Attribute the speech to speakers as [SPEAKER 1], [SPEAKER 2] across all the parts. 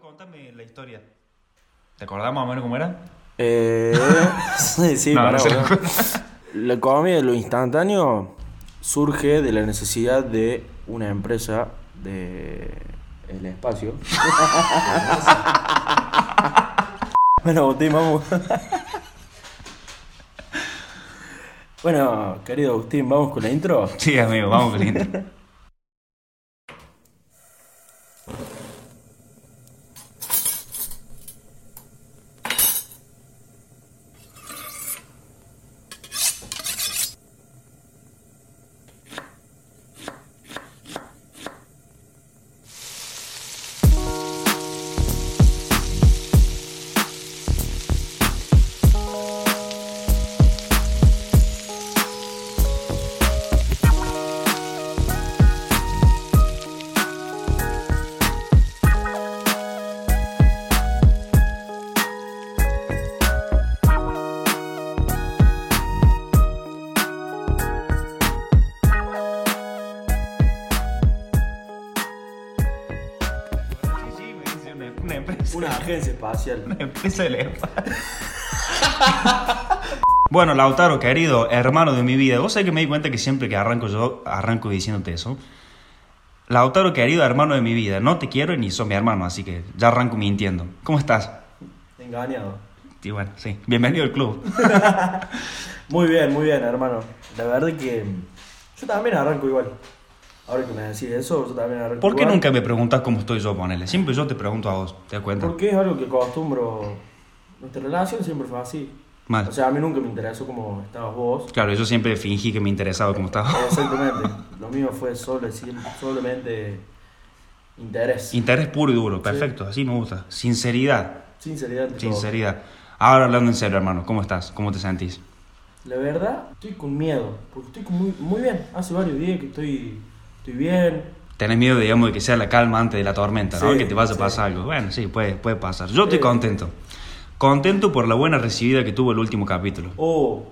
[SPEAKER 1] Contame la historia. ¿Te acordás más o menos cómo era?
[SPEAKER 2] Eh, sí, sí,
[SPEAKER 1] No, no
[SPEAKER 2] pará,
[SPEAKER 1] se
[SPEAKER 2] boludo.
[SPEAKER 1] lo-
[SPEAKER 2] La economía de lo instantáneo surge de la necesidad de una empresa de el espacio. bueno, Agustín, vamos. bueno, querido Agustín, vamos con la intro.
[SPEAKER 1] Sí, amigo, vamos con la intro. Sí, sí, me dice una, una empresa.
[SPEAKER 2] Una agencia espacial.
[SPEAKER 1] Una empresa de lefa. Bueno, Lautaro, querido, hermano de mi vida, vos sabés que me di cuenta que siempre que arranco yo, arranco diciéndote eso. Lautaro, querido, hermano de mi vida, no te quiero ni sos mi hermano, así que ya arranco mintiendo. ¿Cómo estás?
[SPEAKER 2] Engañado.
[SPEAKER 1] Y bueno, sí, bienvenido al club.
[SPEAKER 2] Muy bien, muy bien, hermano. La verdad que yo también arranco igual. Ahora que me decís eso, yo también arranco
[SPEAKER 1] ¿Por qué
[SPEAKER 2] igual.
[SPEAKER 1] nunca me preguntas cómo estoy yo, ponele? Siempre yo te pregunto a vos, ¿te das cuenta?
[SPEAKER 2] Porque es algo que acostumbro. Nuestra relación siempre fue así.
[SPEAKER 1] Mal.
[SPEAKER 2] O sea, a mí nunca me interesó como estabas vos.
[SPEAKER 1] Claro, yo siempre fingí que me interesaba cómo estaba.
[SPEAKER 2] Exactamente. Lo mío fue solo, solamente interés.
[SPEAKER 1] Interés puro y duro, perfecto, así me gusta. Sinceridad,
[SPEAKER 2] Sinceridad. ante todo.
[SPEAKER 1] sinceridad. Ahora hablando en serio, hermano, ¿cómo estás? ¿Cómo te sentís?
[SPEAKER 2] La verdad, estoy con miedo. Porque estoy con muy, muy bien. Hace varios días que estoy, estoy bien.
[SPEAKER 1] Tenés miedo, digamos, de que sea la calma antes de la tormenta, ¿no?
[SPEAKER 2] Sí,
[SPEAKER 1] que te vaya a
[SPEAKER 2] sí. Eh.
[SPEAKER 1] pasar algo. Bueno, sí, puede, puede pasar. Yo estoy
[SPEAKER 2] Sí.
[SPEAKER 1] contento. Contento por la buena recibida que tuvo el último capítulo.
[SPEAKER 2] Oh,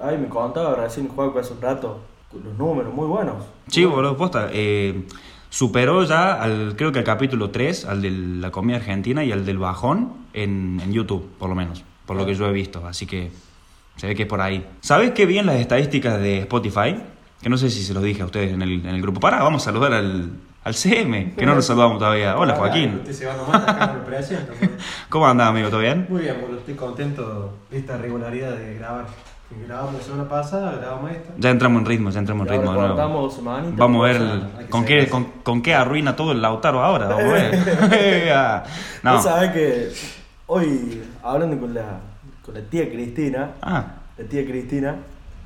[SPEAKER 2] ay, me contaba recién Juaco hace un rato. con Los números muy buenos.
[SPEAKER 1] Sí, boludo, posta. eh, superó ya, al, creo que al capítulo 3, al de la comida argentina y al del bajón en, en YouTube, por lo menos, por lo que yo he visto. Asasí que se ve que es por ahí. ¿Sabes qué bien las estadísticas de Spotify? Que no sé si se los dije a ustedes en el, en el grupo. Pará, vamos a saludar al, al CM, que no lo saludamos todavía. Hola, Joaquín.
[SPEAKER 3] Usted se va nomás, acá me presento.
[SPEAKER 1] ¿Cómo andás, amigo? ¿Todo bien?
[SPEAKER 3] pues. Muy bien, boludo, estoy contento de esta regularidad de grabar. Grabamos la semana pasada, grabamos esta.
[SPEAKER 1] Ya entramos en ritmo, ya entramos
[SPEAKER 2] Y
[SPEAKER 1] en ritmo de
[SPEAKER 2] ahora
[SPEAKER 1] nuevo.
[SPEAKER 2] cortamos semanita.
[SPEAKER 1] Vamos a ver el-
[SPEAKER 3] hay que
[SPEAKER 1] con,
[SPEAKER 3] ser
[SPEAKER 1] qué,
[SPEAKER 3] así.
[SPEAKER 1] con, con qué arruina todo el Lautaro ahora. Vamos a ver. Eh, ah.
[SPEAKER 2] Vos
[SPEAKER 1] no.
[SPEAKER 2] sabés que hoy, hablando con la, con la tía Cristina,
[SPEAKER 1] Ah.
[SPEAKER 2] la tía Cristina.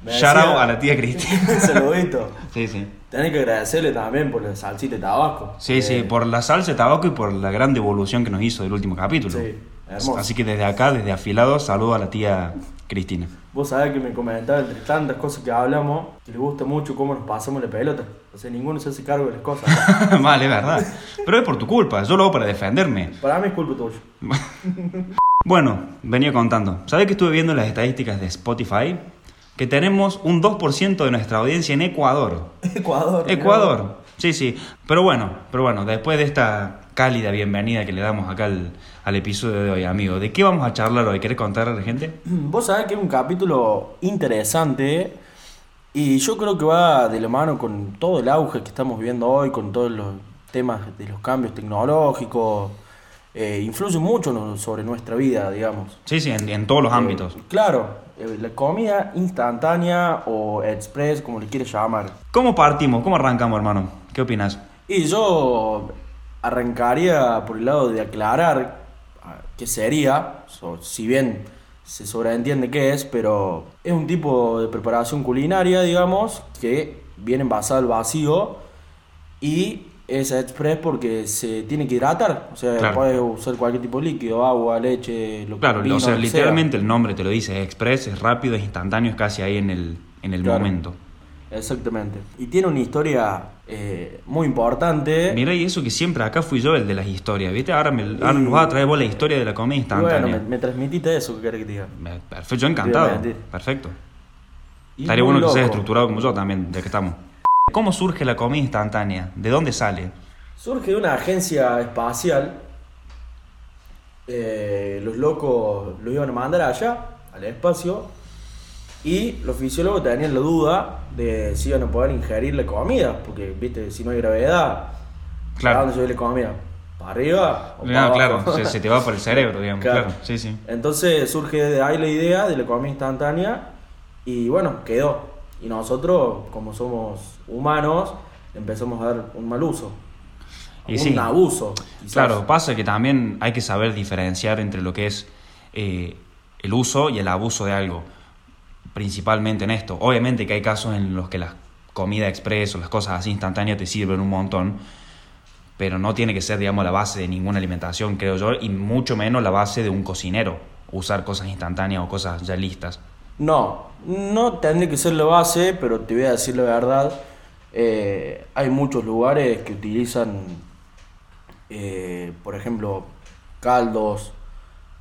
[SPEAKER 2] me
[SPEAKER 1] Shout
[SPEAKER 2] decía-
[SPEAKER 1] out a la tía Cristina.
[SPEAKER 2] Saludito.
[SPEAKER 1] Sí, sí.
[SPEAKER 2] Tenés que agradecerle también por la salsita de tabaco.
[SPEAKER 1] Sí,
[SPEAKER 2] Eh,
[SPEAKER 1] sí, por la salsa de tabaco y por la gran devolución que nos hizo del último capítulo.
[SPEAKER 2] Sí, hermoso.
[SPEAKER 1] Así que desde acá, desde afilado, saludo a la tía Cristina.
[SPEAKER 2] Vos sabés que me comentaba entre tantas cosas que hablamos que le gusta mucho cómo nos pasamos la pelota. O sea, ninguno se hace cargo de las cosas.
[SPEAKER 1] vale, es verdad. Pero es por tu culpa, yo lo hago para defenderme.
[SPEAKER 2] Para mí es culpa tuya.
[SPEAKER 1] Bueno, venía contando. ¿Sabés que estuve viendo las estadísticas de Spotify? Que tenemos un 2% de nuestra audiencia en Ecuador.
[SPEAKER 2] Ecuador. mirá.
[SPEAKER 1] Ecuador. Sí, sí. Pero bueno, pero bueno, después de esta cálida bienvenida que le damos acá al, al episodio de hoy, amigo, ¿de qué vamos a charlar hoy? ¿Querés contar a la gente?
[SPEAKER 2] Mm, Vos sabés que es un capítulo interesante y yo creo que va de la mano con todo el auge que estamos viviendo hoy, con todos los temas de los cambios tecnológicos. Eh, influye mucho no- sobre nuestra vida, digamos.
[SPEAKER 1] Sí, sí, en, en todos los ámbitos.
[SPEAKER 2] Eh, claro, eh, la comida instantánea o express, como le quieres llamar.
[SPEAKER 1] ¿Cómo partimos? ¿Cómo arrancamos, hermano? ¿Qué opinas?
[SPEAKER 2] Y yo arrancaría por el lado de aclarar ah, qué sería, so- si bien se sobreentiende qué es, pero es un tipo de preparación culinaria, digamos, que viene envasada al vacío y es express porque se tiene que hidratar. O sea,
[SPEAKER 1] Claro.
[SPEAKER 2] puedes usar cualquier tipo de líquido, agua, leche, lo que
[SPEAKER 1] Claro,
[SPEAKER 2] vino,
[SPEAKER 1] o sea,
[SPEAKER 2] lo que sea.
[SPEAKER 1] literalmente el nombre te lo dice, es express, es rápido, es instantáneo, es casi ahí en el, en el
[SPEAKER 2] Claro.
[SPEAKER 1] momento.
[SPEAKER 2] Exactamente. Y tiene una historia eh, muy importante.
[SPEAKER 1] Mira, y eso que siempre acá fui yo el de las historias, ¿viste? Ahora, me, ahora
[SPEAKER 2] Y-
[SPEAKER 1] nos vas a traer vos la historia de la comida
[SPEAKER 2] Y bueno, me,
[SPEAKER 1] instantánea.
[SPEAKER 2] me transmitiste eso que querés que te diga.
[SPEAKER 1] Me- Perfecto, yo encantado.
[SPEAKER 2] Obviamente.
[SPEAKER 1] Perfecto.
[SPEAKER 2] Y
[SPEAKER 1] Estaría
[SPEAKER 2] muy
[SPEAKER 1] bueno que seas
[SPEAKER 2] loco.
[SPEAKER 1] estructurado como yo también, ya que estamos. ¿Cómo surge la comida instantánea? ¿De dónde sale?
[SPEAKER 2] Surge de una agencia espacial eh, los locos lo iban a mandar allá, al espacio, y los fisiólogos tenían la duda de si iban a poder ingerir la comida, porque, viste, si no hay gravedad, ¿a
[SPEAKER 1] Claro.
[SPEAKER 2] dónde se ve la comida? ¿Para arriba? o para
[SPEAKER 1] No,
[SPEAKER 2] abajo?
[SPEAKER 1] claro, se, se te va por el cerebro, digamos.
[SPEAKER 2] Claro.
[SPEAKER 1] Claro, sí, sí.
[SPEAKER 2] Entonces surge de ahí la idea de la comida instantánea y bueno, quedó. Y nosotros, como somos humanos, empezamos a dar un mal uso.
[SPEAKER 1] Y
[SPEAKER 2] un
[SPEAKER 1] sí.
[SPEAKER 2] abuso. quizás.
[SPEAKER 1] Claro, pasa que también hay que saber diferenciar entre lo que es eh, el uso y el abuso de algo, principalmente en esto. Obviamente que hay casos en los que las comida express o las cosas así instantáneas te sirven un montón, pero no tiene que ser, digamos, la base de ninguna alimentación, creo yo, y mucho menos la base de un cocinero, usar cosas instantáneas o cosas ya listas.
[SPEAKER 2] No, no tendría que ser la base, pero te voy a decir la verdad. eh, hay muchos lugares que utilizan, eh, por ejemplo, caldos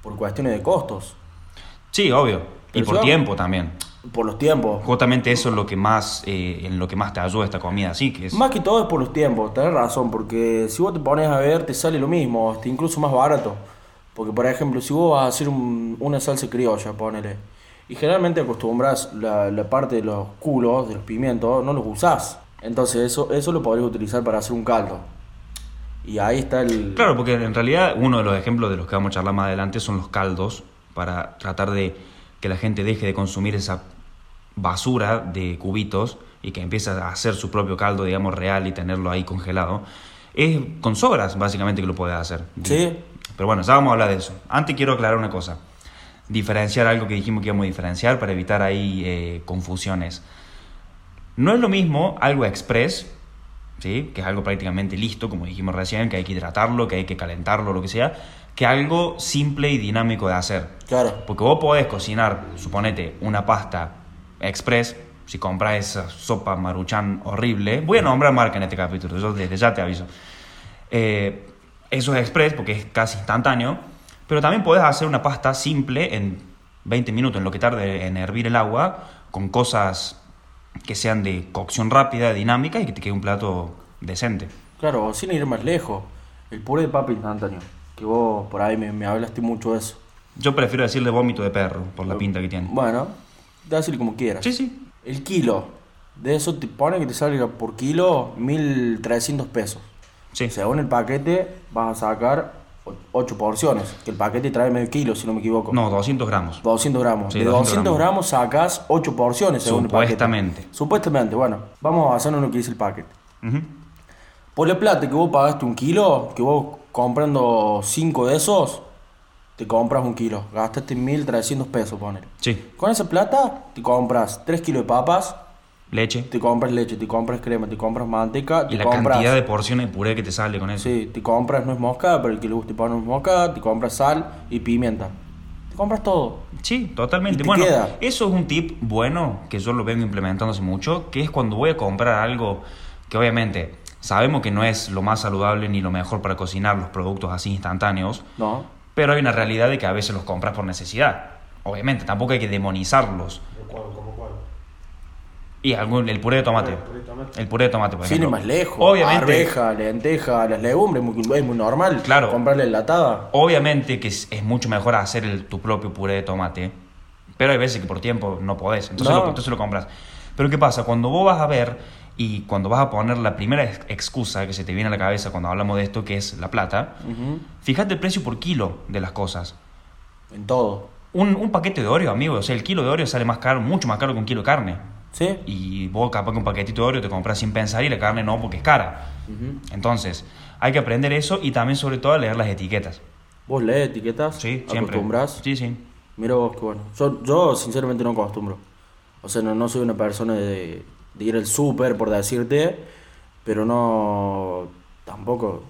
[SPEAKER 2] por cuestiones de costos,
[SPEAKER 1] Sí, obvio, y
[SPEAKER 2] Pero
[SPEAKER 1] por
[SPEAKER 2] yo-
[SPEAKER 1] tiempo también.
[SPEAKER 2] por los tiempos.
[SPEAKER 1] Justamente eso es lo que más, eh, en lo que más te ayuda esta comida, así que es...
[SPEAKER 2] Más que todo es por los tiempos, tenés razón, porque si vos te pones a ver te sale lo mismo, hasta incluso más barato. Porque por ejemplo, si vos vas a hacer un- una salsa criolla, ponele, y generalmente acostumbras la, la parte de los culos, de los pimientos, no los usás. Entonces eso, eso lo podrías utilizar para hacer un caldo. Y ahí está el...
[SPEAKER 1] Claro, porque en realidad uno de los ejemplos de los que vamos a charlar más adelante son los caldos, para tratar de que la gente deje de consumir esa basura de cubitos y que empiece a hacer su propio caldo, digamos, real y tenerlo ahí congelado. Es con sobras, básicamente, que lo puedes hacer.
[SPEAKER 2] Sí.
[SPEAKER 1] Pero bueno, ya vamos a hablar de eso. Antes quiero aclarar una cosa. Diferenciar algo que dijimos que íbamos a diferenciar para evitar ahí eh, confusiones. No es lo mismo algo express, ¿sí? que es algo prácticamente listo, como dijimos recién, que hay que hidratarlo, que hay que calentarlo, lo que sea, que algo simple y dinámico de hacer.
[SPEAKER 2] Claro.
[SPEAKER 1] Porque vos podés cocinar, suponete, una pasta express, si compras esa sopa maruchan horrible, voy a nombrar marca en este capítulo, yo desde ya te aviso. Eh, eso es express porque es casi instantáneo, pero también podés hacer una pasta simple en 20 minutos, en lo que tarde en hervir el agua, con cosas que sean de cocción rápida, dinámica y que te quede un plato decente.
[SPEAKER 2] Claro, o sin ir más lejos, el puré de papa instantáneo, que vos por ahí me, me hablaste mucho de eso.
[SPEAKER 1] Yo prefiero decirle vómito de perro por la pinta que tiene.
[SPEAKER 2] Bueno, dáselo como quieras.
[SPEAKER 1] Sí, sí,
[SPEAKER 2] El kilo. De eso te pone que te salga por kilo 1.300 pesos.
[SPEAKER 1] sí.
[SPEAKER 2] Según el paquete vas a sacar 8 porciones. Que el paquete trae medio kilo, si no me equivoco.
[SPEAKER 1] No, 200 gramos.
[SPEAKER 2] 200 gramos.
[SPEAKER 1] Sí,
[SPEAKER 2] de 200
[SPEAKER 1] 200
[SPEAKER 2] gramos, sacas 8 porciones según el paquete.
[SPEAKER 1] Supuestamente.
[SPEAKER 2] Supuestamente, bueno. Vamos a basarnos en lo que dice el paquete.
[SPEAKER 1] Ujú.
[SPEAKER 2] Por la plata que vos pagaste un kilo, que vos comprando 5 de esos, te compras un kilo. Gastaste 1.300 pesos, poner.
[SPEAKER 1] Sí,
[SPEAKER 2] Con esa plata te compras 3 kilos de papas,
[SPEAKER 1] leche.
[SPEAKER 2] te compras leche, te compras crema, te compras manteca, te
[SPEAKER 1] Y la
[SPEAKER 2] compras.
[SPEAKER 1] cantidad de porciones de puré que te sale con eso.
[SPEAKER 2] Sí, te compras nuez moscada, para el que le guste poner nuez moscada, te compras sal y pimienta. Te compras todo.
[SPEAKER 1] Sí,
[SPEAKER 2] Y
[SPEAKER 1] totalmente.
[SPEAKER 2] te
[SPEAKER 1] Bueno,
[SPEAKER 2] queda.
[SPEAKER 1] eso es un tip bueno que yo lo vengo implementando hace mucho, que es cuando voy a comprar algo que obviamente sabemos que no es lo más saludable ni lo mejor para cocinar los productos así instantáneos,
[SPEAKER 2] No.
[SPEAKER 1] pero hay una realidad de que a veces los compras por necesidad. Obviamente, tampoco hay que demonizarlos.
[SPEAKER 3] ¿Cómo, cómo, cómo?
[SPEAKER 1] Y algún, el puré de tomate.
[SPEAKER 3] El puré de tomate.
[SPEAKER 1] El puré de tomate, por
[SPEAKER 2] Sin ir
[SPEAKER 1] ejemplo.
[SPEAKER 2] más lejos.
[SPEAKER 1] Obviamente,
[SPEAKER 2] Arveja, lenteja, las legumbres, muy- es muy normal.
[SPEAKER 1] Claro.
[SPEAKER 2] Comprarle enlatada.
[SPEAKER 1] Obviamente que es, es mucho mejor hacer el- tu propio puré de tomate, pero hay veces que por tiempo no podés, entonces,
[SPEAKER 2] No.
[SPEAKER 1] Lo, entonces lo compras. Pero ¿qué pasa? Cuando vos vas a ver y cuando vas a poner la primera ex- excusa que se te viene a la cabeza cuando hablamos de esto, que es la plata,
[SPEAKER 2] Ujú.
[SPEAKER 1] fíjate el precio por kilo de las cosas.
[SPEAKER 2] En todo.
[SPEAKER 1] Un, un paquete de Oreo, amigo, o sea, el kilo de Oreo sale más caro, mucho más caro que un kilo de carne.
[SPEAKER 2] ¿Sí?
[SPEAKER 1] Y vos capaz que un paquetito de Oreo te compras sin pensar y la carne no porque es cara.
[SPEAKER 2] Ujú.
[SPEAKER 1] Entonces, hay que aprender eso y también sobre todo a leer las etiquetas.
[SPEAKER 2] Vos lees etiquetas,
[SPEAKER 1] Sí, siempre.
[SPEAKER 2] acostumbras.
[SPEAKER 1] Sí, sí.
[SPEAKER 2] Mira vos, qué bueno. Yo, yo sinceramente no acostumbro. O sea, no, no soy una persona de, de ir al súper, por decirte, pero no. tampoco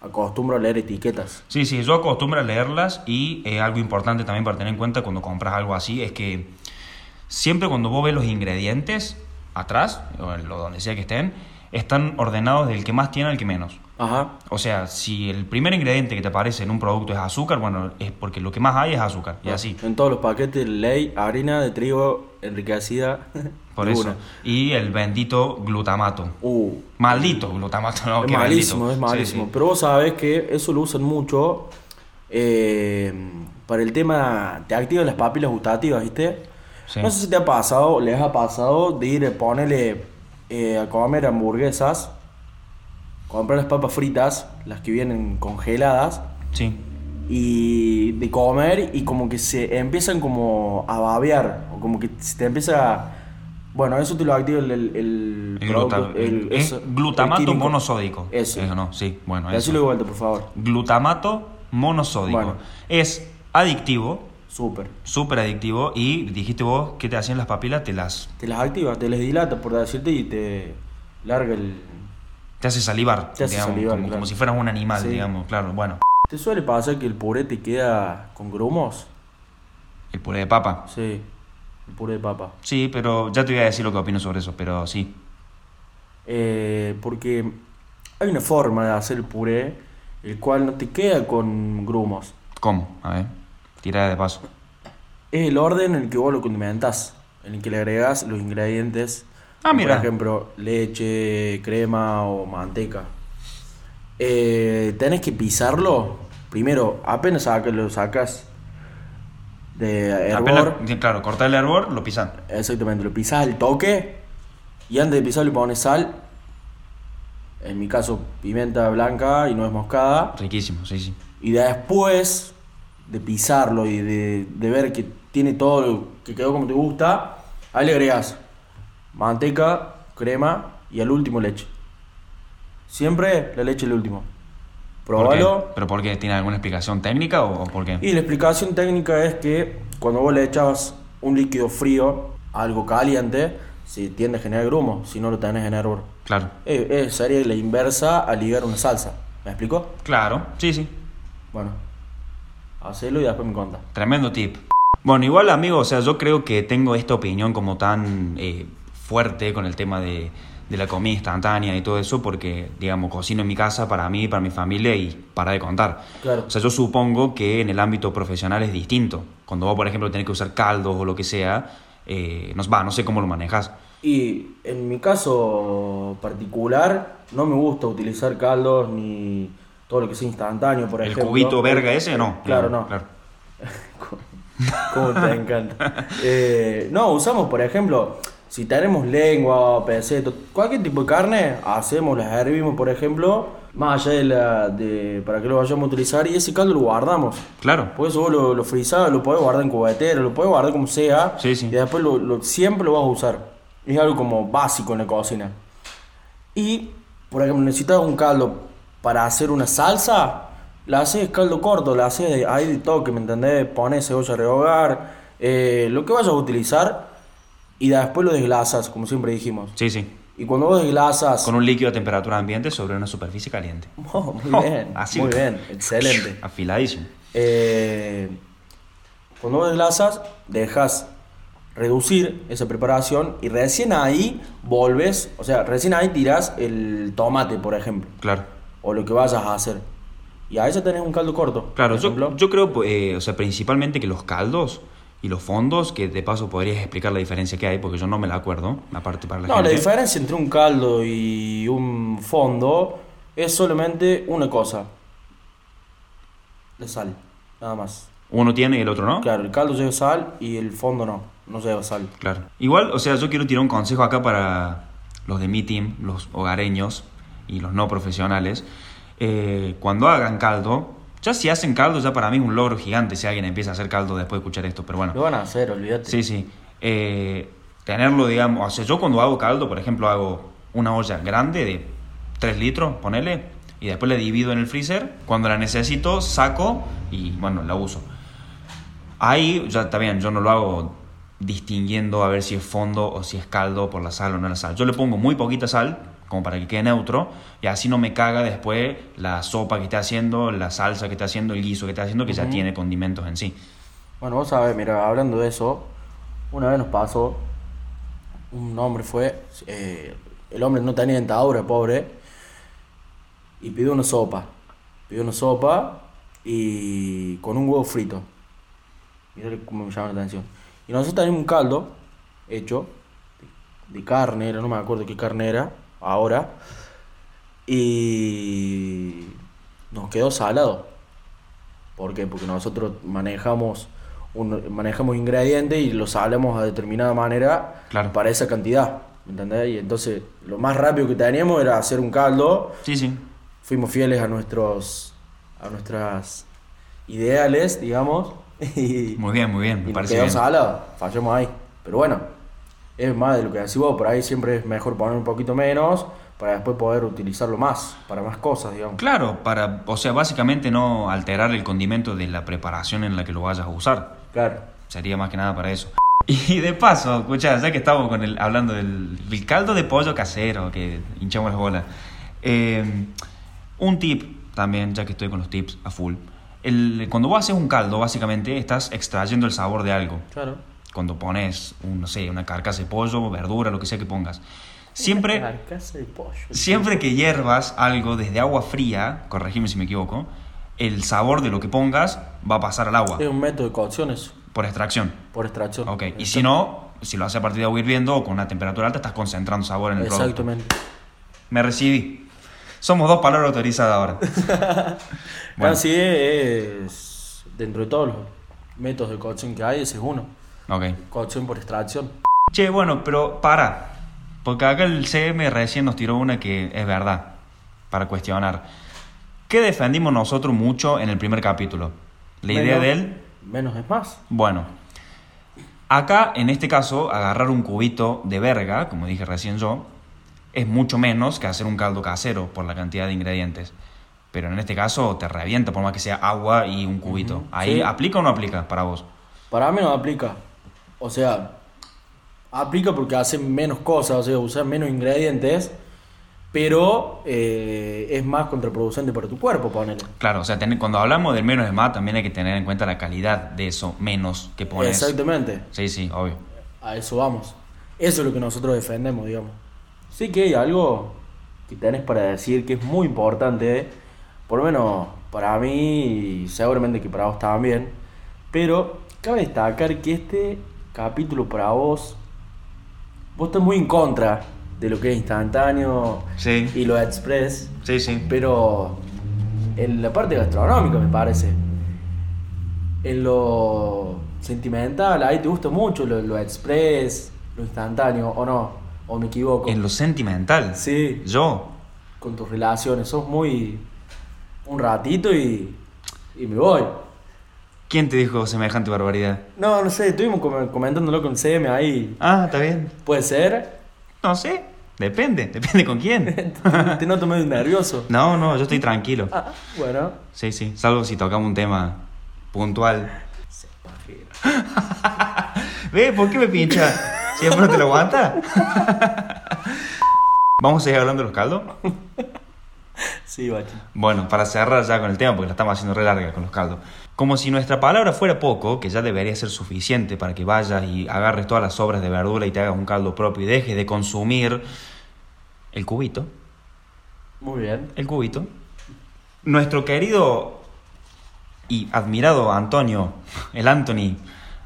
[SPEAKER 2] acostumbro a leer etiquetas.
[SPEAKER 1] Sí, sí, yo acostumbro a leerlas y eh, algo importante también para tener en cuenta cuando compras algo así es que siempre cuando vos ves los ingredientes atrás, o en lo donde sea que estén, están ordenados del que más tiene al que menos.
[SPEAKER 2] Ajá.
[SPEAKER 1] O sea, si el primer ingrediente que te aparece en un producto es azúcar, bueno, es porque lo que más hay es azúcar, y así.
[SPEAKER 2] En todos los paquetes, ley, harina de trigo enriquecida.
[SPEAKER 1] Por
[SPEAKER 2] ninguna.
[SPEAKER 1] eso. Y el bendito glutamato.
[SPEAKER 2] Uh,
[SPEAKER 1] Maldito glutamato, no,
[SPEAKER 2] es
[SPEAKER 1] qué
[SPEAKER 2] malísimo,
[SPEAKER 1] bendito.
[SPEAKER 2] es
[SPEAKER 1] Sí,
[SPEAKER 2] malísimo.
[SPEAKER 1] sí.
[SPEAKER 2] Pero vos sabés que eso lo usan mucho eh, para el tema, te activan las papilas gustativas, ¿viste?
[SPEAKER 1] Sí.
[SPEAKER 2] No sé si te ha pasado, les ha pasado de ir, ponerle a comer hamburguesas, comprar las papas fritas, las que vienen congeladas,
[SPEAKER 1] Sí.
[SPEAKER 2] y de comer y como que se empiezan como a babear o como que se te empieza a- bueno eso te lo activa el el, el,
[SPEAKER 1] El
[SPEAKER 2] producto,
[SPEAKER 1] gluta-
[SPEAKER 2] el-
[SPEAKER 1] es
[SPEAKER 2] eso, el
[SPEAKER 1] glutamato
[SPEAKER 2] químico.
[SPEAKER 1] monosódico.
[SPEAKER 2] eso,
[SPEAKER 1] no, sí, bueno, eso.
[SPEAKER 2] decirlo de vuelta por favor
[SPEAKER 1] Glutamato monosódico.
[SPEAKER 2] Bueno.
[SPEAKER 1] Es adictivo,
[SPEAKER 2] súper
[SPEAKER 1] súper adictivo, y dijiste vos, ¿qué te hacían las papilas? Te las...
[SPEAKER 2] te las activa te les dilata por decirte y te larga el
[SPEAKER 1] Te hace salivar,
[SPEAKER 2] Te hace
[SPEAKER 1] digamos,
[SPEAKER 2] salivar,
[SPEAKER 1] como,
[SPEAKER 2] claro.
[SPEAKER 1] como si fueras un animal,
[SPEAKER 2] Sí.
[SPEAKER 1] digamos, claro, bueno.
[SPEAKER 2] te suele pasar que el puré te queda con grumos
[SPEAKER 1] El puré de papa.
[SPEAKER 2] sí el puré de papa
[SPEAKER 1] Sí, pero ya te voy a decir lo que opino sobre eso, pero sí.
[SPEAKER 2] Eh, porque hay una forma de hacer el puré el cual no te queda con grumos
[SPEAKER 1] ¿Cómo? A ver, tira de paso.
[SPEAKER 2] Es el orden en el que vos lo condimentás, en el que le agregás los ingredientes.
[SPEAKER 1] Ah,
[SPEAKER 2] Como
[SPEAKER 1] mira.
[SPEAKER 2] Por ejemplo, leche, crema o manteca. Eh, tenés que pisarlo. Primero, apenas saca- lo sacas de hervor.
[SPEAKER 1] Apenas- claro, cortar el hervor, lo pisan.
[SPEAKER 2] Exactamente, lo pisás al toque. Y antes de pisarlo le pones sal. En mi caso, pimienta blanca y no es moscada.
[SPEAKER 1] Riquísimo, sí, sí.
[SPEAKER 2] Y después de pisarlo y de, de ver que tiene todo lo que quedó como te gusta, ahí le agregas manteca, crema y al último leche. Siempre la leche el último.
[SPEAKER 1] ¿Por qué?
[SPEAKER 2] Probalo.
[SPEAKER 1] ¿Pero por qué? ¿Tiene alguna explicación técnica o, o por qué?
[SPEAKER 2] Y la explicación técnica es que cuando vos le echas un líquido frío a algo caliente, se tiende a generar grumo, si no lo tenés en hervor.
[SPEAKER 1] Claro.
[SPEAKER 2] Eh, eh, sería la inversa a ligar una salsa. ¿Me explico?
[SPEAKER 1] Claro, sí, sí.
[SPEAKER 2] Bueno, hacelo y después me contás.
[SPEAKER 1] Tremendo tip. Bueno, igual amigo, o sea, yo creo que tengo esta opinión como tan eh, fuerte con el tema de, de la comida instantánea y todo eso, porque, digamos, cocino en mi casa para mí, para mi familia y para de contar.
[SPEAKER 2] Claro.
[SPEAKER 1] O sea, yo supongo que en el ámbito profesional es distinto. Cuando vos, por ejemplo, tenés que usar caldos o lo que sea, eh, no, va, no sé cómo lo manejas.
[SPEAKER 2] Y en mi caso particular, no me gusta utilizar caldos ni todo lo que sea instantáneo, por
[SPEAKER 1] El
[SPEAKER 2] ejemplo.
[SPEAKER 1] cubito verga ese, no.
[SPEAKER 2] Claro, no.
[SPEAKER 1] Claro.
[SPEAKER 2] Como te encanta. Eh, no, usamos, por ejemplo, si tenemos lengua, peceto, cualquier tipo de carne, hacemos, las hervimos, por ejemplo, más allá de, la, de para que lo vayamos a utilizar, y ese caldo lo guardamos.
[SPEAKER 1] Claro.
[SPEAKER 2] Por eso Pues vos lo, lo frizás, lo podés guardar en cubetero, lo podés guardar como sea.
[SPEAKER 1] Sí, sí.
[SPEAKER 2] Y después lo, lo- siempre lo vas a usar. Es algo como básico en la cocina. Y, por ejemplo, necesitas un caldo para hacer una salsa, la haces caldo corto, la haces de- ahí de toque, ¿me entendés? Pones cebolla a rehogar, eh, lo que vayas a utilizar. Y después lo desglasas, como siempre dijimos.
[SPEAKER 1] Sí, sí.
[SPEAKER 2] Y cuando vos desglasas...
[SPEAKER 1] Con un líquido a temperatura ambiente sobre una superficie caliente.
[SPEAKER 2] Oh, muy bien,
[SPEAKER 1] Así.
[SPEAKER 2] muy bien, excelente.
[SPEAKER 1] Afiladísimo.
[SPEAKER 2] Eh, cuando vos desglasas, dejas reducir esa preparación y recién ahí volves, o sea, recién ahí tirás el tomate, por ejemplo,
[SPEAKER 1] Claro.
[SPEAKER 2] o lo que vayas a hacer. Y a ya tenés un caldo corto.
[SPEAKER 1] Claro,
[SPEAKER 2] por
[SPEAKER 1] yo,
[SPEAKER 2] ejemplo.
[SPEAKER 1] yo creo, eh, o sea, principalmente que los caldos y los fondos, que de paso podrías explicar la diferencia que hay, porque yo no me la acuerdo, aparte para la
[SPEAKER 2] no,
[SPEAKER 1] gente.
[SPEAKER 2] la diferencia entre un caldo y un fondo es solamente una cosa. La sal, nada más.
[SPEAKER 1] Uno tiene y el otro no.
[SPEAKER 2] Claro, el caldo lleva sal y el fondo no, no lleva sal.
[SPEAKER 1] Claro. Igual, o sea, yo quiero tirar un consejo acá para los de mi team, los hogareños y los no profesionales. Eh, cuando hagan caldo, ya si hacen caldo, ya para mí es un logro gigante si alguien empieza a hacer caldo después de escuchar esto, pero bueno.
[SPEAKER 2] Lo van a hacer, olvídate.
[SPEAKER 1] Sí, sí. Eh, tenerlo, digamos, o sea, yo cuando hago caldo, por ejemplo, hago una olla grande de 3 litros, ponele, y después la divido en el freezer. Cuando la necesito, saco y, bueno, la uso. Ahí, ya está bien, yo no lo hago distinguiendo a ver si es fondo o si es caldo por la sal o no la sal. Yo le pongo muy poquita sal, como para que quede neutro, y así no me caga después la sopa que esté haciendo, la salsa que esté haciendo, el guiso que esté haciendo, que ya tiene condimentos en sí.
[SPEAKER 2] Bueno, vos sabés, mira, hablando de eso, una vez nos pasó, un hombre fue, eh, el hombre no tenía dentadura, pobre, y pidió una sopa. Pidió una sopa y con un huevo frito. Mirá cómo me llama la atención. Y nosotros teníamos un caldo hecho de, de carne, era, no me acuerdo qué carne era, ahora, y nos quedó salado. ¿Por ¿Por qué? Porque nosotros manejamos, un, manejamos ingredientes y los hablamos a determinada manera
[SPEAKER 1] Claro.
[SPEAKER 2] para esa cantidad. ¿Me entendés? Y entonces lo más rápido que teníamos era hacer un caldo.
[SPEAKER 1] Sí, sí.
[SPEAKER 2] Fuimos fieles a nuestros a nuestras ideales, digamos. Y,
[SPEAKER 1] Muy bien, muy bien.
[SPEAKER 2] y
[SPEAKER 1] Me
[SPEAKER 2] nos
[SPEAKER 1] parece bien.
[SPEAKER 2] quedamos a la, fallamos ahí. Pero bueno, es más de lo que decís vos, por ahí siempre es mejor poner un poquito menos para después poder utilizarlo más, para más cosas, digamos.
[SPEAKER 1] Claro, para, o sea, básicamente no alterar el condimento de la preparación en la que lo vayas a usar.
[SPEAKER 2] Claro.
[SPEAKER 1] Sería más que nada para eso. Y de paso, escucha, ya que estamos con el, hablando del, del caldo de pollo casero, que hinchamos las bolas. eh, un tip también, ya que estoy con los tips a full. El- cuando vos haces un caldo, básicamente estás extrayendo el sabor de algo.
[SPEAKER 2] Claro.
[SPEAKER 1] Cuando pones, un, no sé, una carcasa de pollo, verdura, lo que sea que pongas. Siempre...
[SPEAKER 2] Carcasa de pollo.
[SPEAKER 1] Siempre que hiervas algo desde agua fría, corregime si me equivoco, el sabor de lo que pongas va a pasar al agua
[SPEAKER 2] Es un método de cocciones
[SPEAKER 1] por extracción.
[SPEAKER 2] por extracción.
[SPEAKER 1] Ok, y si no, si lo haces a partir de agua hirviendo o con una temperatura alta, estás concentrando sabor en el producto.
[SPEAKER 2] Exactamente.
[SPEAKER 1] Me recibí. Somos dos palabras autorizadas ahora. Bueno.
[SPEAKER 2] Así es, dentro de todos los métodos de cocción que hay, ese es uno.
[SPEAKER 1] Ok.
[SPEAKER 2] Cocción por extracción.
[SPEAKER 1] Che, bueno, pero para. Porque acá el CM recién nos tiró una que es verdad, para cuestionar. ¿Qué defendimos nosotros mucho en el primer capítulo? La idea
[SPEAKER 2] Menos-
[SPEAKER 1] de él
[SPEAKER 2] Menos es más.
[SPEAKER 1] Bueno, acá en este caso, agarrar un cubito de verga, como dije recién yo, es mucho menos que hacer un caldo casero por la cantidad de ingredientes. Pero en este caso te revienta, por más que sea agua y un cubito. ¿Ahí
[SPEAKER 2] sí.
[SPEAKER 1] aplica o no aplica para vos?
[SPEAKER 2] Para mí no aplica. O sea, aplica porque hacen menos cosas, o sea, usan menos ingredientes, pero eh, es más contraproducente para tu cuerpo, ponele.
[SPEAKER 1] Claro, o sea, tener- cuando hablamos del menos es más, también hay que tener en cuenta la calidad de eso menos que pones.
[SPEAKER 2] Exactamente,
[SPEAKER 1] Sí, sí, obvio.
[SPEAKER 2] a eso vamos. Eso es lo que nosotros defendemos, digamos. Sí que hay algo que tenés para decir que es muy importante, por lo menos para mí y seguramente que para vos también, pero cabe destacar que este capítulo para vos Vos estás muy en contra de lo que es instantáneo
[SPEAKER 1] Sí,
[SPEAKER 2] y lo express,
[SPEAKER 1] sí, sí.
[SPEAKER 2] pero en la parte gastronómica me parece. En lo sentimental, ahí te gusta mucho lo, lo express, lo instantáneo, o no, o me equivoco.
[SPEAKER 1] En lo sentimental.
[SPEAKER 2] Sí,
[SPEAKER 1] Yo,
[SPEAKER 2] con tus relaciones, sos muy un ratito y, y me voy.
[SPEAKER 1] ¿quién te dijo semejante barbaridad?
[SPEAKER 2] No, no sé, estuvimos com- comentándolo con CM ahí.
[SPEAKER 1] Ah, está bien.
[SPEAKER 2] ¿Puede ser?
[SPEAKER 1] No sé, depende, depende con quién.
[SPEAKER 2] te noto medio nervioso.
[SPEAKER 1] No, no, yo estoy tranquilo.
[SPEAKER 2] Ah, bueno.
[SPEAKER 1] Sí, sí, salvo si tocamos un tema puntual. ¿Ve? ¿Por qué me pincha? ¿Siempre te lo aguanta? ¿Vamos a seguir hablando de los caldos?
[SPEAKER 2] Sí, Bachi.
[SPEAKER 1] Bueno, para cerrar ya con el tema, porque la estamos haciendo re larga con los caldos. Como si nuestra palabra fuera poco, que ya debería ser suficiente para que vayas y agarres todas las sobras de verdura y te hagas un caldo propio y dejes de consumir el cubito.
[SPEAKER 2] Muy bien.
[SPEAKER 1] el cubito. Nuestro querido y admirado Antonio, el Anthony,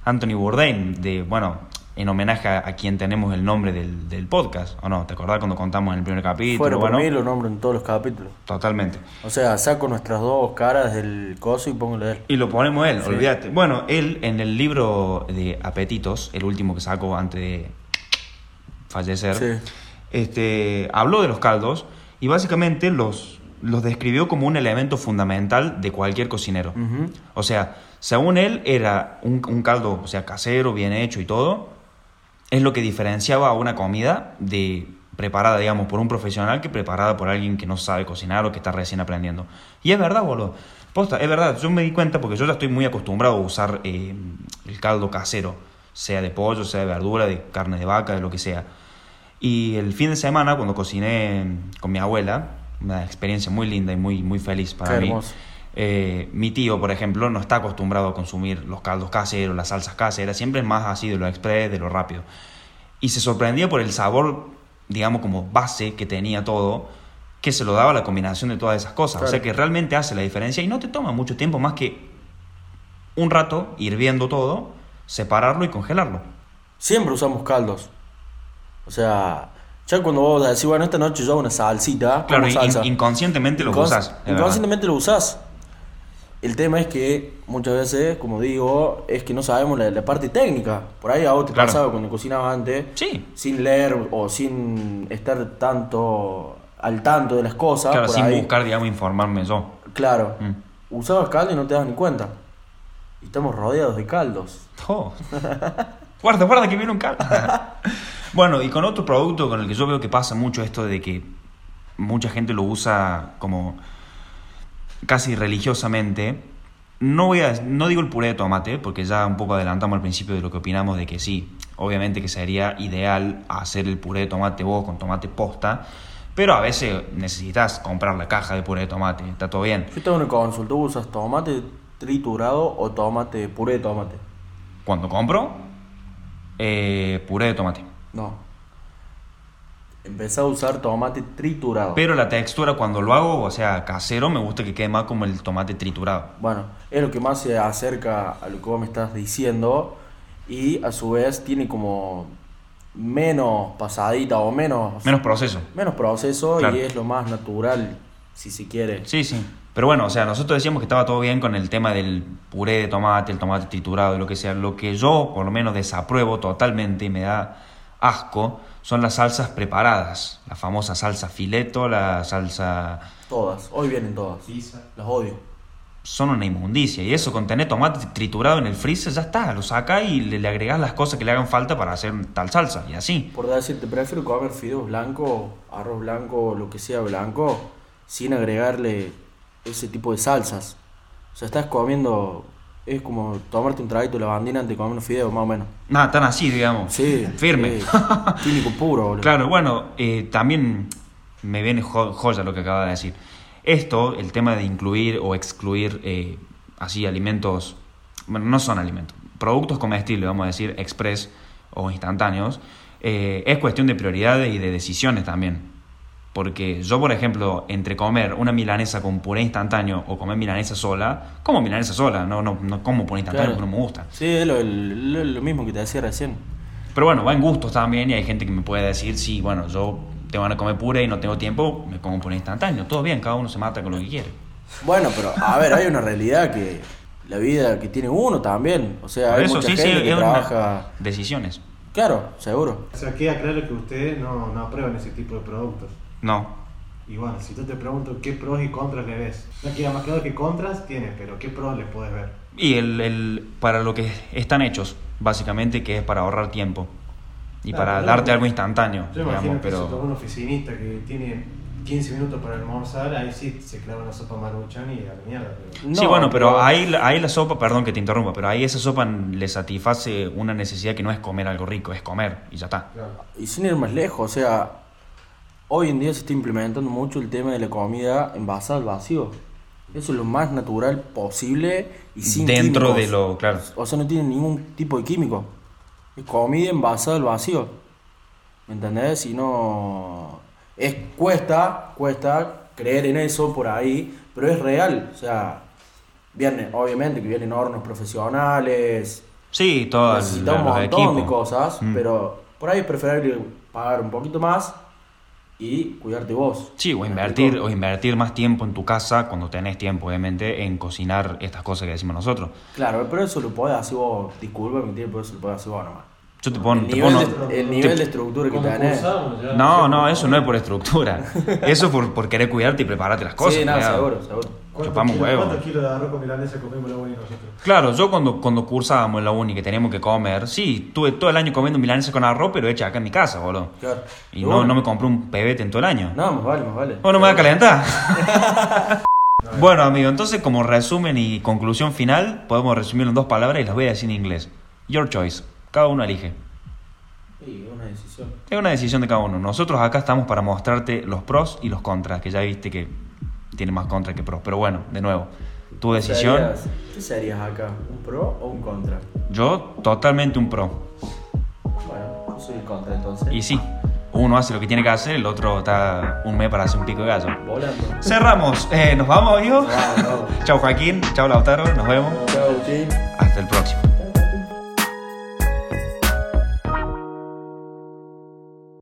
[SPEAKER 1] Anthony Bourdain, de, bueno, en homenaje a, a quien tenemos el nombre del, del podcast, ¿o no? ¿Te acordás cuando contamos en el primer capítulo?
[SPEAKER 2] Fuera por
[SPEAKER 1] Bueno,
[SPEAKER 2] mí lo nombro en todos los capítulos.
[SPEAKER 1] Totalmente.
[SPEAKER 2] O sea, saco nuestras dos caras del coso y pongo la de él.
[SPEAKER 1] Y lo ponemos él,
[SPEAKER 2] Sí.
[SPEAKER 1] olvídate. Bueno, él en el libro de Apetitos, el último que sacó antes de fallecer,
[SPEAKER 2] Sí.
[SPEAKER 1] este, habló de los caldos y básicamente los, los describió como un elemento fundamental de cualquier cocinero.
[SPEAKER 2] Ujú.
[SPEAKER 1] O sea, según él, era un, un caldo, o sea, casero, bien hecho y todo. Es lo que diferenciaba a una comida de preparada, digamos, por un profesional que preparada por alguien que no sabe cocinar o que está recién aprendiendo. Y es verdad, boludo. Posta, es verdad. Yo me di cuenta porque yo ya estoy muy acostumbrado a usar eh, el caldo casero, sea de pollo, sea de verdura, de carne de vaca, de lo que sea. Y el fin de semana, cuando cociné con mi abuela, una experiencia muy linda y muy, muy feliz para
[SPEAKER 2] Qué
[SPEAKER 1] mí.
[SPEAKER 2] hermoso.
[SPEAKER 1] Eh, mi tío, por ejemplo, no está acostumbrado a consumir los caldos caseros, las salsas caseras, siempre es más así de lo express, de lo rápido. Y se sorprendía por el sabor, digamos, como base que tenía todo, que se lo daba la combinación de todas esas cosas. O
[SPEAKER 2] Claro.
[SPEAKER 1] sea que realmente hace la diferencia y no te toma mucho tiempo más que un rato hirviendo todo, separarlo y congelarlo.
[SPEAKER 2] Siempre usamos caldos. O sea, ya cuando vos decís, bueno, esta noche yo hago una salsita,
[SPEAKER 1] Claro,
[SPEAKER 2] como
[SPEAKER 1] in-
[SPEAKER 2] salsa.
[SPEAKER 1] inconscientemente lo usas.
[SPEAKER 2] Inconscientemente lo usás. El tema es que muchas veces, como digo, es que no sabemos la, la parte técnica. Por ahí a vos te
[SPEAKER 1] Claro.
[SPEAKER 2] pasaba cuando cocinabas antes,
[SPEAKER 1] Sí.
[SPEAKER 2] sin leer o sin estar tanto al tanto de las cosas.
[SPEAKER 1] Claro,
[SPEAKER 2] por
[SPEAKER 1] sin
[SPEAKER 2] ahí.
[SPEAKER 1] buscar, digamos, informarme yo.
[SPEAKER 2] Claro.
[SPEAKER 1] Mm.
[SPEAKER 2] Usabas caldo y no te das ni cuenta. Y estamos rodeados de caldos.
[SPEAKER 1] Oh. guarda, guarda, que viene un carro. bueno, y con otro producto con el que yo veo que pasa mucho esto de que mucha gente lo usa como casi religiosamente. No, voy a, no digo el puré de tomate, porque ya un poco adelantamos al principio de lo que opinamos de que sí, obviamente que sería ideal hacer el puré de tomate vos con tomate posta, pero a veces necesitas comprar la caja de puré de tomate, está todo bien.
[SPEAKER 2] Yo tengo una consulta, ¿vos usas tomate triturado o tomate puré de tomate?
[SPEAKER 1] Cuando compro, eh, puré de tomate.
[SPEAKER 2] No. Empecé a usar tomate triturado.
[SPEAKER 1] Pero la textura cuando lo hago, o sea, casero, me gusta que quede más como el tomate triturado.
[SPEAKER 2] Bueno, es lo que más se acerca a lo que vos me estás diciendo y a su vez tiene como menos pasadita o menos,
[SPEAKER 1] Menos proceso.
[SPEAKER 2] menos proceso
[SPEAKER 1] Claro.
[SPEAKER 2] y es lo más natural, si se quiere.
[SPEAKER 1] Sí, sí. Pero bueno, o sea, nosotros decíamos que estaba todo bien con el tema del puré de tomate, el tomate triturado, lo que sea. Lo que yo, por lo menos, desapruebo totalmente y me da asco son las salsas preparadas. La famosa salsa fileto, la salsa...
[SPEAKER 2] Todas, hoy vienen todas.
[SPEAKER 3] Pizza.
[SPEAKER 2] Las odio.
[SPEAKER 1] Son una inmundicia. Y eso, con tener tomate triturado en el freezer, ya está. Lo saca y le, le agregas las cosas que le hagan falta para hacer tal salsa. Y así.
[SPEAKER 2] Por decirte, prefiero comer fideos blancos, arroz blanco, lo que sea blanco, sin agregarle ese tipo de salsas. O sea, estás comiendo, es como tomarte un traguito de lavandina antes de comer unos fideos, más o menos.
[SPEAKER 1] Nada, tan así, digamos.
[SPEAKER 2] Sí.
[SPEAKER 1] Firme.
[SPEAKER 2] sí. Químico puro, boludo.
[SPEAKER 1] Claro, bueno, eh, también me viene jo- joya lo que acaba de decir. Esto, el tema de incluir o excluir eh, así alimentos, bueno, no son alimentos, productos comestibles, vamos a decir, express o instantáneos, eh, es cuestión de prioridades y de decisiones también. Porque yo, por ejemplo, entre comer una milanesa con puré instantáneo o comer milanesa sola, como milanesa sola, no, no, no como puré instantáneo
[SPEAKER 2] Claro.
[SPEAKER 1] porque no me gusta.
[SPEAKER 2] Sí, es lo, lo- lo mismo que te decía recién.
[SPEAKER 1] Pero bueno, va en gustos también y hay gente que me puede decir, sí, bueno, yo te van a comer puré y no tengo tiempo, me como puré instantáneo. Todo bien, cada uno se mata con lo que quiere.
[SPEAKER 2] Bueno, pero a ver, hay una realidad que la vida que tiene uno también. O sea,
[SPEAKER 1] Por
[SPEAKER 2] hay
[SPEAKER 1] eso
[SPEAKER 2] mucha
[SPEAKER 1] sí, sí,
[SPEAKER 2] gente que
[SPEAKER 1] es una-
[SPEAKER 2] trabaja.
[SPEAKER 1] decisiones.
[SPEAKER 2] Claro, seguro.
[SPEAKER 3] O sea, queda claro que ustedes no, no aprueban ese tipo de productos.
[SPEAKER 1] No.
[SPEAKER 3] Y bueno, si yo te pregunto qué pros y contras le ves, no queda más claro que contras tienes, pero qué pros le puedes ver.
[SPEAKER 1] Y el, el- para lo que están hechos, básicamente, que es para ahorrar tiempo y
[SPEAKER 3] Claro,
[SPEAKER 1] para
[SPEAKER 3] yo-
[SPEAKER 1] darte algo instantáneo,
[SPEAKER 3] Yo
[SPEAKER 1] digamos,
[SPEAKER 3] imagino que si
[SPEAKER 1] pero...
[SPEAKER 3] toma un oficinista que tiene 15 minutos para almorzar, ahí sí se clava una sopa maruchan y a la mierda. Pero...
[SPEAKER 1] sí,
[SPEAKER 2] No,
[SPEAKER 1] bueno, pero
[SPEAKER 2] pero-
[SPEAKER 1] ahí, la- ahí la sopa, perdón que te interrumpa, pero ahí esa sopa le satisface una necesidad que no es comer algo rico, es comer y ya está.
[SPEAKER 3] Claro.
[SPEAKER 2] Y sin ir más lejos, o sea, hoy en día se está implementando mucho el tema de la comida envasada al vacío. Eso es lo más natural posible y sin
[SPEAKER 1] Dentro de
[SPEAKER 2] químicos.
[SPEAKER 1] lo... Claro.
[SPEAKER 2] O sea, no tiene ningún tipo de químico. Es comida envasada al vacío. ¿Me entendés? Si no. Es, cuesta, cuesta creer en eso por ahí, pero es real. O sea, vienen, obviamente que vienen hornos profesionales,
[SPEAKER 1] Sí, todo el,
[SPEAKER 2] necesitamos un
[SPEAKER 1] los
[SPEAKER 2] montón
[SPEAKER 1] equipos.
[SPEAKER 2] de cosas,
[SPEAKER 1] Mm.
[SPEAKER 2] pero por ahí es preferible pagar un poquito más y cuidarte vos.
[SPEAKER 1] Sí, o
[SPEAKER 2] ¿Me
[SPEAKER 1] invertir,
[SPEAKER 2] explico?
[SPEAKER 1] o invertir más tiempo en tu casa cuando tenés tiempo, obviamente, en cocinar estas cosas que decimos nosotros.
[SPEAKER 2] Claro, pero eso lo podés hacer vos. Disculpa, mi tío, pero eso lo podés hacer vos nomás.
[SPEAKER 1] Yo te pon-
[SPEAKER 2] el
[SPEAKER 1] te
[SPEAKER 2] nivel,
[SPEAKER 1] pono-
[SPEAKER 2] de, el nivel de estructura que
[SPEAKER 3] Cuando
[SPEAKER 2] tenés.
[SPEAKER 3] cursamos, ya-
[SPEAKER 1] No, no, eso no es por estructura. Eso es por, por querer cuidarte y prepararte las cosas.
[SPEAKER 2] sí, nada,
[SPEAKER 1] cuidado.
[SPEAKER 2] seguro, seguro.
[SPEAKER 3] ¿Cuántos
[SPEAKER 1] Chupamos
[SPEAKER 3] kilos-
[SPEAKER 1] huevo.
[SPEAKER 3] ¿Cuántos kilos de arroz con milanesa comimos la buena nosotros?
[SPEAKER 1] Claro, yo cuando, cuando cursábamos en la uni que teníamos que comer, sí, tuve todo el año comiendo milanesa con arroz, pero hecha acá en mi casa, boludo.
[SPEAKER 2] Claro.
[SPEAKER 1] Y no, no me compré un pebete en todo el año.
[SPEAKER 2] No, más vale, más vale.
[SPEAKER 1] Bueno, me voy a calentar. bueno, amigo, entonces como resumen y conclusión final, podemos resumirlo en dos palabras y las voy a decir en inglés. Your choice. Cada uno elige.
[SPEAKER 2] Sí, es una decisión.
[SPEAKER 1] Es una decisión de cada uno. Nosotros acá estamos para mostrarte los pros y los contras, que ya viste que tiene más contras que pros. Pero bueno, de nuevo, tu decisión.
[SPEAKER 2] ¿Qué serías, qué serías acá? ¿Un pro o un contra?
[SPEAKER 1] Yo totalmente un pro.
[SPEAKER 2] Bueno, yo soy el contra entonces.
[SPEAKER 1] Y sí, uno hace lo que tiene que hacer, el otro está un mes para hacer un pico de gallo.
[SPEAKER 2] Volando.
[SPEAKER 1] Cerramos. Eh, Nos vamos, amigo.
[SPEAKER 2] Wow,
[SPEAKER 1] Chao Joaquín, chao Lautaro, nos vemos.
[SPEAKER 2] no. Chau, Chin.
[SPEAKER 1] Hasta el próximo.